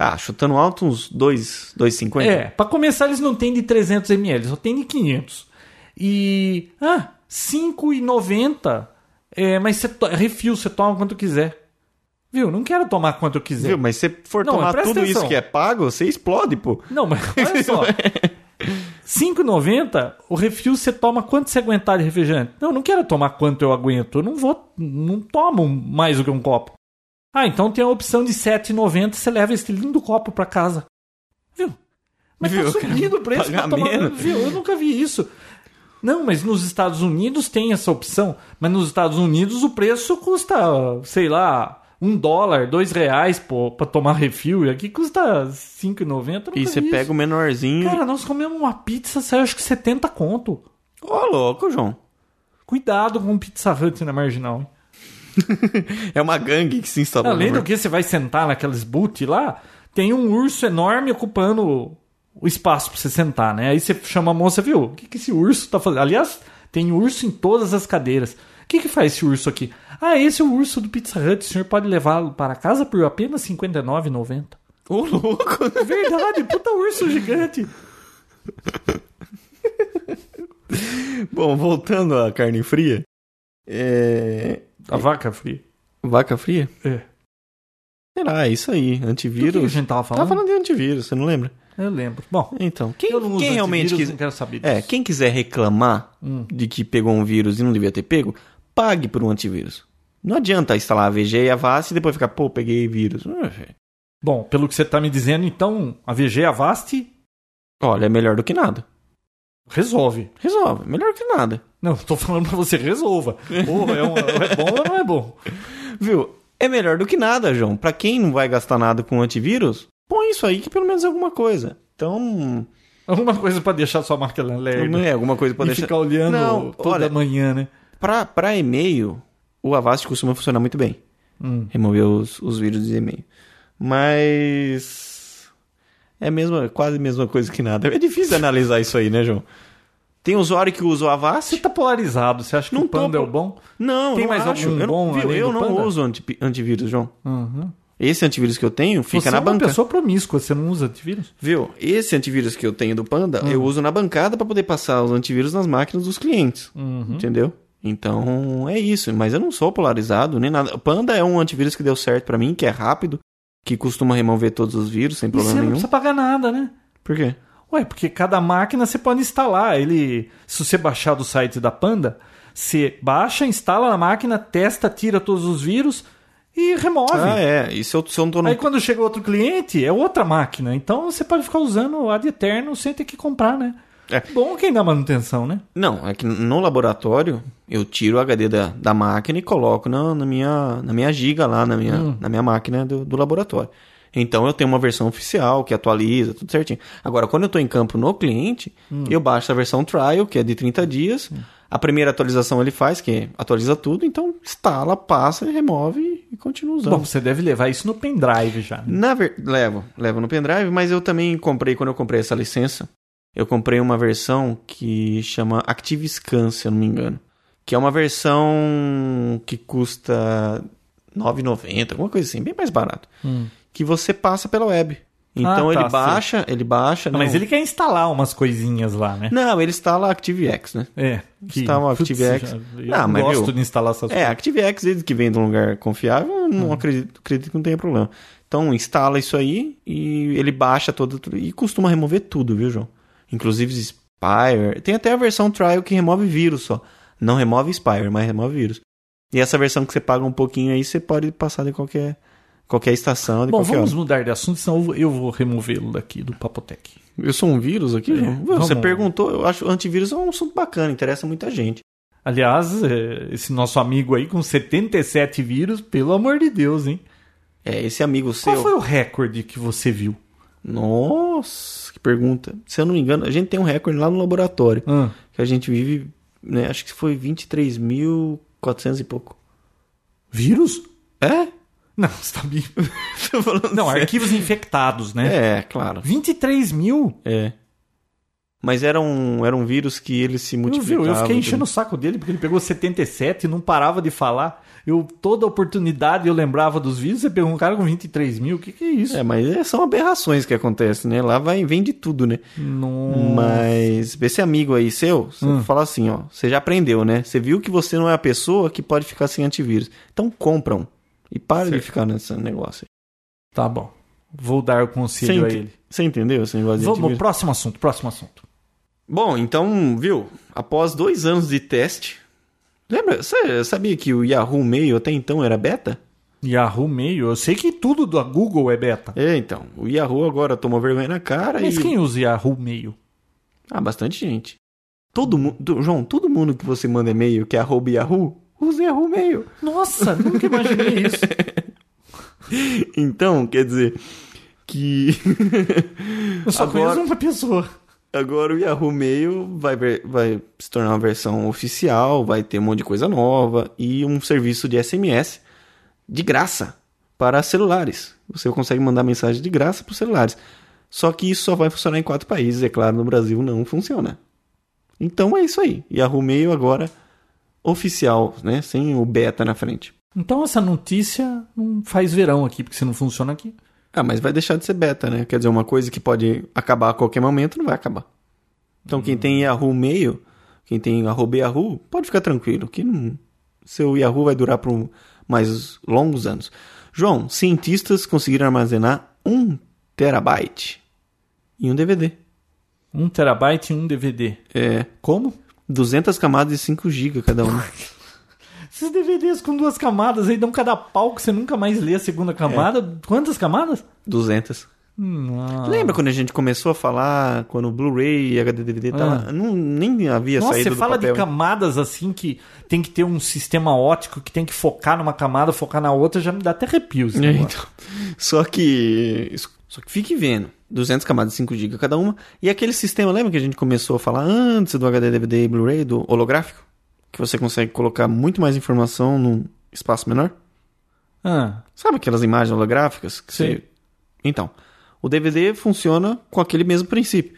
Ah, chutando alto uns 2, 2,50. É, pra começar eles não tem de 300ml, só tem de 500. E... Ah, 5,90. É, mas você to- refil, você toma quanto quiser. Viu? Não quero tomar quanto eu quiser. Viu? Mas se for é. Não, tomar presta tudo atenção. isso que é pago, você explode, pô. (laughs) Não, mas olha só. 5,90, o refil você toma quanto você aguentar de refrigerante. Não, eu não quero tomar quanto eu aguento. Eu não vou, não tomo mais do que um copo. Ah, então tem a opção de 7,90, você leva esse lindo copo pra casa. Viu? Mas Viu, tá cara? subindo o preço pra Pagar tomar. menos. Viu? Eu nunca vi isso. Não, mas nos Estados Unidos tem essa opção. Mas nos Estados Unidos o preço custa, sei lá, um dólar, dois reais pô, pra tomar refil. E aqui custa 5,90. E você pega o menorzinho. Cara, nós comemos uma pizza, saiu acho que 70 conto. Ô, louco, João. Cuidado com o Pizza Hut na marginal. hein? É uma gangue que se instalou. Além né? do que você vai sentar naqueles boot lá, tem um urso enorme ocupando o- o espaço pra você sentar, né? Aí você chama a moça, viu? O que, que esse urso tá fazendo? Aliás, tem urso em todas as cadeiras. O que, que faz esse urso aqui? Ah, esse é o urso do Pizza Hut. O senhor pode levá-lo para casa por apenas R$ 59,90. Ô, louco. "É Verdade, puta urso gigante. (laughs) Bom, voltando à carne fria. É... A vaca fria. Vaca fria? É. Sei lá, é isso aí. Do que a Antivírus. gente tava falando? Tava falando de antivírus, você não lembra? Eu lembro. Bom, Então, quem, eu não uso quem realmente antivírus, né? quiser. não quero saber disso. É, quem quiser reclamar Hum. de que pegou um vírus e não devia ter pego, pague por um antivírus. Não adianta instalar a VG e a VAS e depois ficar, pô, peguei vírus. Ah, velho. Bom, pelo que você tá me dizendo, então, a VG Avast Olha, é melhor do que nada. resolve. Resolve, melhor que nada. Não, (laughs) tô falando pra você, resolva. Ou é, um- é bom ou não é bom. Viu? É melhor do que nada, João. Pra quem não vai gastar nada com antivírus, põe isso aí que pelo menos é alguma coisa. Então, Alguma É coisa pra deixar sua marca na não lerda. é alguma coisa pra E deixar. ficar olhando Não, toda olha- manhã, né? Pra, pra e-mail, o Avast costuma funcionar muito bem. Hum. Remover os, os vírus de e-mail. Mas. É mesmo, quase a mesma coisa que nada. É difícil analisar isso aí, né, João? Tem usuário que usa o Você Avast? tá polarizado, você acha que Não o Panda tô- é o bom? Não, Tem não mais acho. algum eu bom não, viu, além do eu não Panda? uso anti- antivírus, João. Uhum. Esse antivírus que eu tenho fica você na é uma banca. pessoa promíscua, você não usa antivírus? Viu? Esse antivírus que eu tenho do Panda, Hum. eu uso na bancada pra poder passar os antivírus nas máquinas dos clientes. Uhum. Entendeu? Então é isso, mas eu não sou polarizado nem nada. O Panda é um antivírus que deu certo pra mim, que é rápido, que costuma remover todos os vírus sem E você problema não nenhum. precisa pagar nada, né? Por quê? Ué, porque cada máquina você pode instalar. Ele, se você baixar do site da Panda, você baixa, instala na máquina, testa, tira todos os vírus e remove. Ah, é. E se eu, se eu não tô no. Aí quando chega outro cliente, é outra máquina. Então você pode ficar usando ad eterno sem ter que comprar, né? É. Bom quem dá manutenção, né? Não, é que no laboratório eu tiro o HD da, da máquina e coloco na, na minha, na minha giga lá, na minha, na minha máquina do, do laboratório. Então eu tenho uma versão oficial que atualiza, tudo certinho. Agora, quando eu estou em campo no cliente, eu baixo a versão trial, que é de 30 dias. A primeira atualização ele faz, que atualiza tudo, então instala, passa, remove e continua usando. Bom, você deve levar isso no pendrive já. né? Na ver... Levo, levo no pendrive, mas eu também comprei, quando eu comprei essa licença, eu comprei uma versão que chama Active Scan, se eu não me engano. Que é uma versão que custa R$ 9,90, alguma coisa assim, bem mais barato. Hum. Que você passa pela web. Então Ah, tá, ele baixa, ele baixa. Ah, Mas não- ele quer instalar umas coisinhas lá, né? Não, ele instala ActiveX, né? É. Instala o putz, ActiveX. já- Eu Não, Ah, mas gosto viu? de instalar essas É, ActiveX, desde que vem de um lugar confiável, eu Uhum. não acredito, acredito que não tenha problema. Então, instala isso aí e ele baixa todo tudo- e costuma remover tudo, viu, João? Inclusive Spire. Tem até a versão trial que remove vírus só. Não remove Spire, mas remove vírus. E essa versão que você paga um pouquinho aí, você pode passar de qualquer, qualquer estação, de Bom, qualquer um. vamos mudar de assunto, senão eu vou- eu vou removê-lo daqui do Papotec. hora. Eu sou um vírus aqui, João? Ué, Você É, vamos. perguntou, eu acho antivírus é um assunto bacana, interessa muita gente. Aliás, é, esse nosso amigo aí com 77 vírus, pelo amor de Deus, hein? É, esse amigo seu... Qual foi o recorde que você viu? Nossa, que pergunta. Se eu não me engano, a gente tem um recorde lá no laboratório. Hã? Que a gente vive, né? Acho que foi 23.400 e pouco. (laughs) vírus? É? Não, (laughs) você tá me- Tô falando Não, sério. arquivos infectados, né? É, claro. 23 mil? É. Mas era um, era um vírus que ele se Eu, multiplicava. vi, eu fiquei enchendo o saco dele porque ele pegou 77 e não parava de falar. Eu, toda oportunidade eu lembrava dos vídeos, você pegou um cara com 23 mil, o que, que é isso? É, mas é- são aberrações que acontecem, né? Lá vai vem de tudo, né? Não... Mas esse amigo aí seu, você Hum. fala assim, ó, você já aprendeu, né? Você viu que você não é a pessoa que pode ficar sem antivírus. Então compra um. E para de ficar nesse negócio. Tá bom. Vou dar o Você conselho a ente- é ele. Você entendeu esse negócio de Vamos, antivírus? próximo assunto, próximo assunto. Bom, então, viu? Após dois anos de teste. Lembra? Você sabia que o Yahoo Mail até então era beta? Yahoo Mail, eu sei que tudo da Google é beta. É, então. O Yahoo agora tomou vergonha na cara Mas e. quem usa Yahoo Mail? Ah, bastante gente. Todo mundo. João, todo mundo que você manda e-mail que é arroba Yahoo, usa Yahoo Mail. (laughs) (laughs) Nossa, nunca imaginei isso. Então, quer dizer. Que. Eu (laughs) só Agora- conheço uma pessoa. Agora o Yahoo Mail vai, ver- vai se tornar uma versão oficial, vai ter um monte de coisa nova e um serviço de SMS de graça para celulares. Você consegue mandar mensagem de graça para os celulares. Só que isso só vai funcionar em quatro países, é claro, no Brasil não funciona. Então é isso aí. Yahoo Mail agora oficial, né? Sem o beta na frente. Então essa notícia não faz verão aqui, porque se não funciona aqui. Ah, mas vai deixar de ser beta, né? Quer dizer, uma coisa que pode acabar a qualquer momento não vai acabar. Então, Hum. quem tem Yahoo Mail, quem tem arroba Yahoo, pode ficar tranquilo, que não... seu Yahoo vai durar por um- mas longos anos. João, cientistas conseguiram armazenar 1 terabyte em um DVD. Um terabyte e um DVD. É, Como? 200 camadas de 5 GB cada um. uma. Esses DVDs com duas camadas aí dão cada pau que você nunca mais lê a segunda camada. É. Quantas camadas? 200. Não. Lembra quando a gente começou a falar quando o Blu-ray e HD DVD tava, tá não, nem havia Ah. Nossa, saído você do fala papel. de camadas assim que tem que ter um sistema ótico que tem que focar numa camada, focar na outra, já me dá até arrepios. É, então. Só que. Só que fique vendo. 200 camadas de 5 GB cada uma. E aquele sistema, lembra que a gente começou a falar antes do HD, DVD e Blu-ray, do holográfico? Que você consegue colocar muito mais informação num espaço menor? Ah, Sabe aquelas imagens holográficas? Que Sim. você- Então, o DVD funciona com aquele mesmo princípio.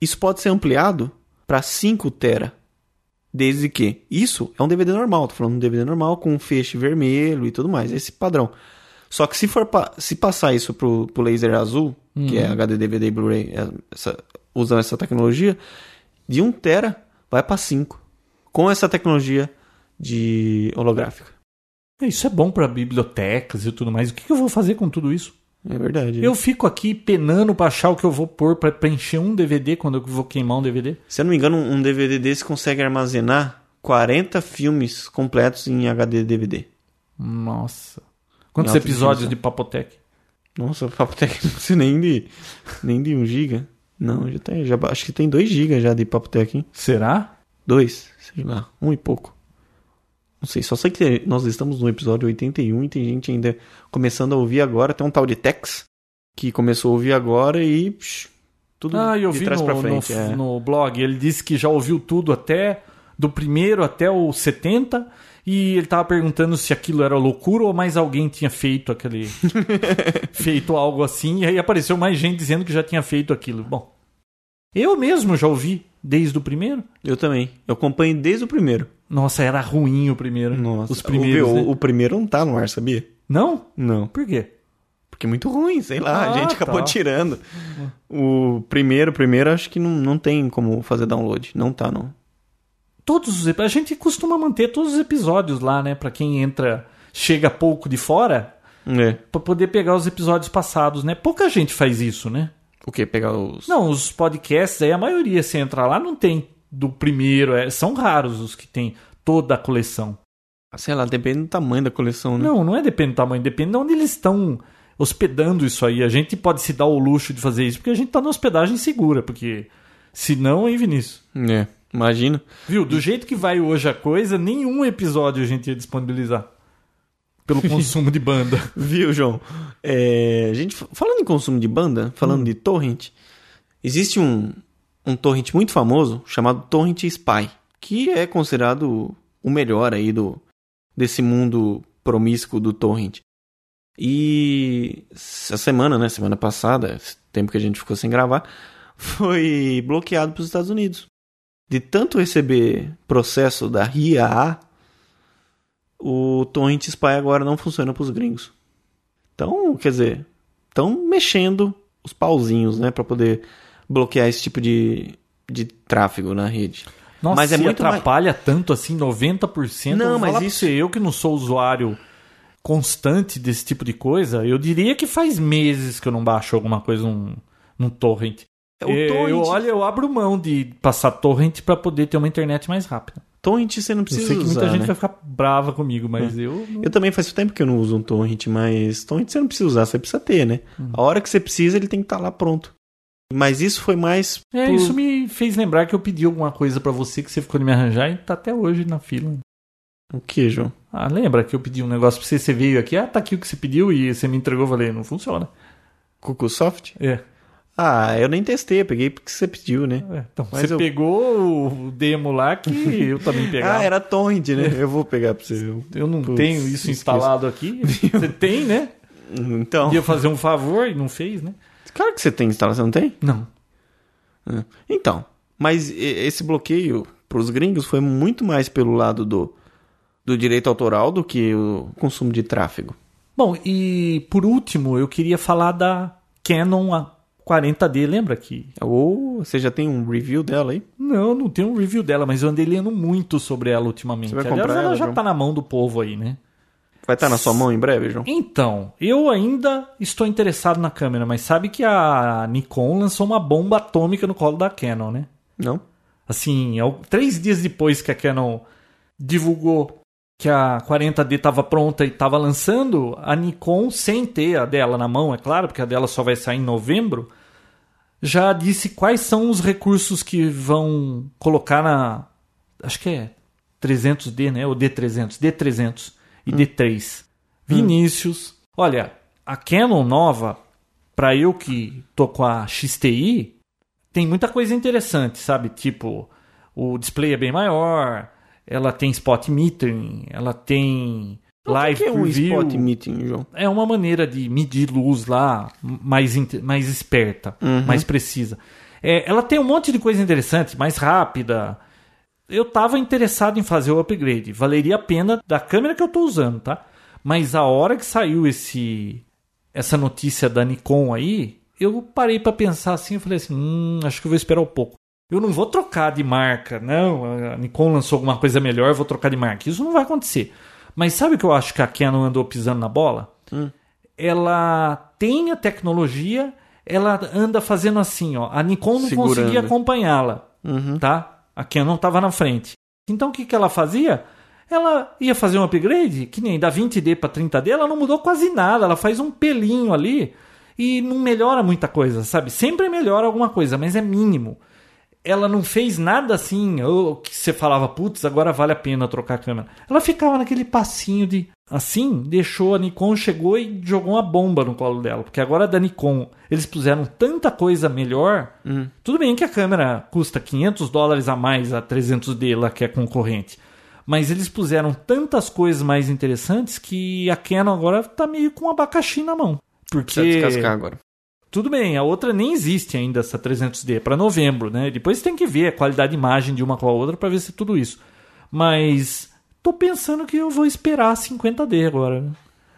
Isso pode ser ampliado para 5 tera. Desde que. Isso é um DVD normal, tô falando de um DVD normal com um feixe vermelho e tudo mais, esse padrão. Só que se for pa- se passar isso pro, pro laser azul, que é HD, DVD e Blu-ray, é- essa- usando essa tecnologia, de 1 tera vai para 5. Com essa tecnologia de holográfica. isso é bom pra bibliotecas e tudo mais. O que que eu vou fazer com tudo isso? É verdade. Eu fico aqui penando pra achar o que eu vou pôr pra preencher um DVD quando eu vou queimar um DVD. Se eu não me engano, um DVD desse consegue armazenar 40 filmes completos em HD DVD. Nossa. Quantos Em alta episódios definição. de Papotec? Nossa, o (laughs) Papotec não precisa nem de, nem de 1 GB. Não, já tem, já, ba- acho que tem 2 GB já de Papotec, hein? Será? 2, sei lá, um e pouco. Não sei, só sei que nós estamos no episódio 81 e tem gente ainda começando a ouvir agora. Tem um tal de Tex que começou a ouvir agora e... psh, tudo Ah, eu de vi trás no, pra frente. no- é. no blog. Ele disse que já ouviu tudo até do primeiro até o 70. E ele tava perguntando se aquilo era loucura ou mais alguém tinha (laughs) feito aquele. feito algo assim. E aí apareceu mais gente dizendo que já tinha feito aquilo. Bom. Eu mesmo já ouvi desde o primeiro. Eu também. Eu acompanho desde o primeiro. Nossa, era ruim o primeiro. Nossa, Os primeiros. o, né? o primeiro não tá no ar, sabia? Não? Não. Por quê? Porque é muito ruim, sei lá, Ah, a gente acabou tá. tirando. O primeiro, primeiro, acho que não, não tem como fazer download. Não tá, não. todos os ep- a gente costuma manter todos os episódios lá, né, Pra quem entra, chega pouco de fora, É. pra poder pegar os episódios passados, né? Pouca gente faz isso, né? O quê? Pegar os. Não, os podcasts aí a maioria se entrar lá não tem do primeiro, é- são raros os que tem toda a coleção. Ah, Sei lá, depende do tamanho da coleção, né? Não, não é depende do tamanho, depende de onde eles estão hospedando isso aí. A gente pode se dar o luxo de fazer isso porque a gente tá na hospedagem segura, porque se não, hein, Vinícius? É. Imagina. Viu? Do jeito que vai hoje a coisa, nenhum episódio a gente ia disponibilizar. (laughs) Pelo consumo de banda. (laughs) Viu, João? É, gente, f- falando em consumo de banda, falando de torrent, existe um, um torrent muito famoso chamado Torrent Spy, que é considerado o melhor aí do, desse mundo promíscuo do torrent. E essa semana, né, semana passada, esse tempo que a gente ficou sem gravar, (laughs) foi bloqueado pelos Estados Unidos. De tanto receber processo da RIAA, o Torrent Spy agora não funciona para os gringos. Então, quer dizer, estão mexendo os pauzinhos, né, para poder bloquear esse tipo de, de tráfego na rede. Nossa, Mas é se muito mais- atrapalha tanto assim, 90%. Não, Eu vou mas falar pra isso- você, eu que não sou usuário constante desse tipo de coisa, eu diria que faz meses que eu não baixo alguma coisa num, num torrent. É, É, O eu, torrent, eu, olha, eu abro mão de passar torrent pra poder ter uma internet mais rápida. torrent você não Eu precisa sei que muita usar, gente né? vai ficar brava comigo, mas eu... não- Eu também faz tempo que eu não uso um torrent, mas torrent você não precisa usar, você precisa ter, né? Uhum. A hora que você precisa, ele tem que estar lá pronto. Mas isso foi mais É, por- isso me fez lembrar que eu pedi alguma coisa pra você que você ficou de me arranjar e tá até hoje na fila. o que, João? Ah, lembra que eu pedi um negócio pra você, você veio aqui, ah, tá aqui o que você pediu e você me entregou, eu falei, não funciona. Cucusoft? É. Ah, eu nem testei, eu peguei porque você pediu, né? É, Então, Mas você eu- pegou o demo lá que (laughs) eu também pegava. Ah, era torrent, né? Eu vou pegar pra (laughs) você. eu- Eu não Putz, tenho isso esqueci. (laughs) instalado aqui. Você tem, né? Então, Ia fazer um favor e não fez, né? claro que você tem instalação, não tem? Não. É. Então, mas e- esse bloqueio para os gringos foi muito mais pelo lado do, do direito autoral do que o consumo de tráfego. Bom, e por último, eu queria falar da Canon A40D, lembra que Ou você já tem um review dela aí? Não, não tem um review dela, mas eu andei lendo muito sobre ela ultimamente. Você vai Aliás, comprar ela, ela, já João? tá na mão do povo aí, né? Vai estar na sua mão em breve, João? Então, eu ainda estou interessado na câmera, mas sabe que a Nikon lançou uma bomba atômica no colo da Canon, né? Não? Assim, ao- três dias depois que a Canon divulgou que a 40D estava pronta e estava lançando, a Nikon, sem ter a dela na mão, é claro, porque a dela só vai sair em novembro, já disse quais são os recursos que vão colocar na. Acho que é 300D, né? Ou D300. D300 e Hum. D3. Vinícius. Olha, a Canon nova, para eu que tô com a XTI, tem muita coisa interessante, sabe? Tipo, o display é bem maior, ela tem spot metering, ela tem live o que que é um preview. spot meeting, João? É uma maneira de medir luz lá mais, inte- mais esperta, mais precisa. É, ela tem um monte de coisa interessante, mais rápida. Eu estava interessado em fazer o upgrade. Valeria a pena da câmera que eu estou usando, tá? Mas a hora que saiu esse essa notícia da Nikon aí, eu parei para pensar assim e falei assim: hum, acho que eu vou esperar um pouco. Eu não vou trocar de marca, não. A Nikon lançou alguma coisa melhor, eu vou trocar de marca. Isso não vai acontecer. Mas sabe o que eu acho que a Canon andou pisando na bola? Ela tem a tecnologia, ela anda fazendo assim, ó. A Nikon não Segurando. conseguia acompanhá-la, Uhum. tá? A Canon estava na frente. Então o que, que ela fazia? Ela ia fazer um upgrade, que nem da 20D para 30D, ela não mudou quase nada, ela faz um pelinho ali e não melhora muita coisa, sabe? Sempre melhora alguma coisa, mas é mínimo. Ela não fez nada assim, ou que você falava, putz, agora vale a pena trocar a câmera. Ela ficava naquele passinho de assim, deixou a Nikon, chegou e jogou uma bomba no colo dela. Porque agora da Nikon, eles puseram tanta coisa melhor. Hum. Tudo bem que a câmera custa 500 dólares a mais a 300D lá que é concorrente. Mas eles puseram tantas coisas mais interessantes que a Canon agora tá meio com um abacaxi na mão. Porque Precisa descascar agora. tudo bem, a outra nem existe ainda, essa 300D, para novembro, né? Depois tem que ver a qualidade de imagem de uma com a outra para ver se é tudo isso. Mas tô pensando que eu vou esperar a 50D agora, né?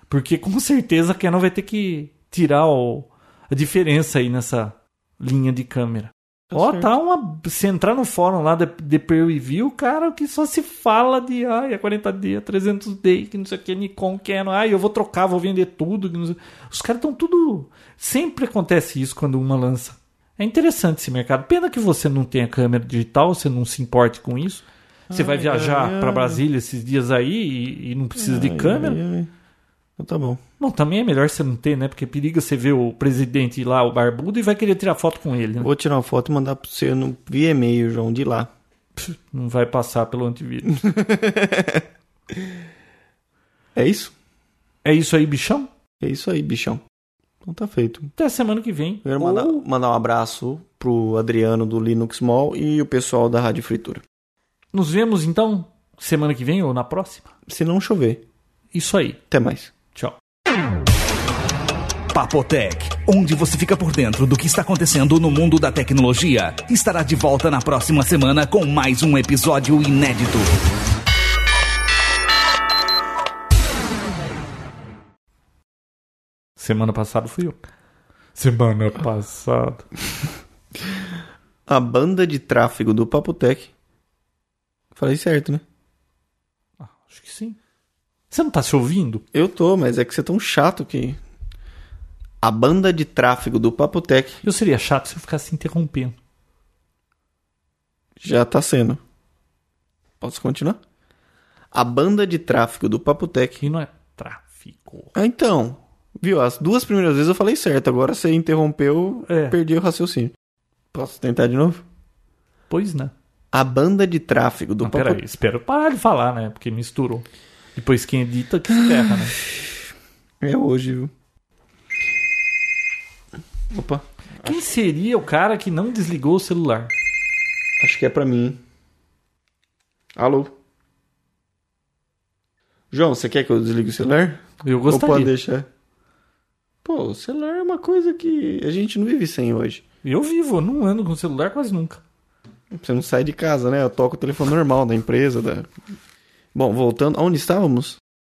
Porque com certeza a Canon vai ter que tirar o- a diferença aí nessa linha de câmera. Tá Ó, certo. tá uma. Se entrar no fórum lá da de Peer Review, cara, que só se fala de. Ai, a 40D, a 300D, que não sei o que, Nikon, Canon. Ai, eu vou trocar, vou vender tudo. que não sei- Os caras estão tudo. Sempre acontece isso quando uma lança. É interessante esse mercado. Pena que você não tenha câmera digital, você não se importe com isso. Você vai Ai, viajar ai, pra ai. Brasília esses dias aí e, e não precisa de Ai, câmera. ai, ai. Então tá bom. Bom, também é melhor você não ter, né? Porque periga você ver o presidente lá, o barbudo, e vai querer tirar foto com ele. né? Vou tirar uma foto e mandar pra você no, via e-mail, João, de lá. Não vai passar pelo antivírus. É isso? é isso aí, bichão? É isso aí, bichão. Então tá feito. Até semana que vem. Primeiro, mandar, Ou- mandar um abraço pro Adriano do Linux Mall e o pessoal da Rádio Fritura. Nos vemos então semana que vem ou na próxima. Se não chover, Isso aí. até mais. Tchau. (laughs) Papotec, onde você fica por dentro do que está acontecendo no mundo da tecnologia, estará de volta na próxima semana com mais um episódio inédito. Semana passada fui eu. Semana passada. A banda de tráfego do Papotec. Falei certo, né? Ah, acho que sim. Você não tá se ouvindo? Eu tô, mas é que você é tão chato que. A banda de tráfego do Papotec Eu seria chato se eu ficasse interrompendo. já tá sendo. Posso continuar? A banda de tráfego do Papotec. Que não é tráfico. Ah, então. Viu? As duas primeiras vezes eu falei certo. Agora você interrompeu, É. perdi o raciocínio. Posso tentar de novo? Pois né. A banda de tráfego do Não, Papo- peraí, espero parar de falar, né? Porque misturou. Depois quem edita que se ferra, né? É hoje, viu? Opa, Quem seria o cara que não desligou o celular? acho que é pra mim. Alô? João, você quer que eu desligue o celular? Eu Ou pode gostaria. deixar? Pô, o celular é uma coisa que a gente não vive sem hoje. Eu vivo, eu não ando com o celular quase nunca. Você não sai de casa, né? Eu toco o telefone normal da empresa. Da... Bom, voltando. Onde estávamos?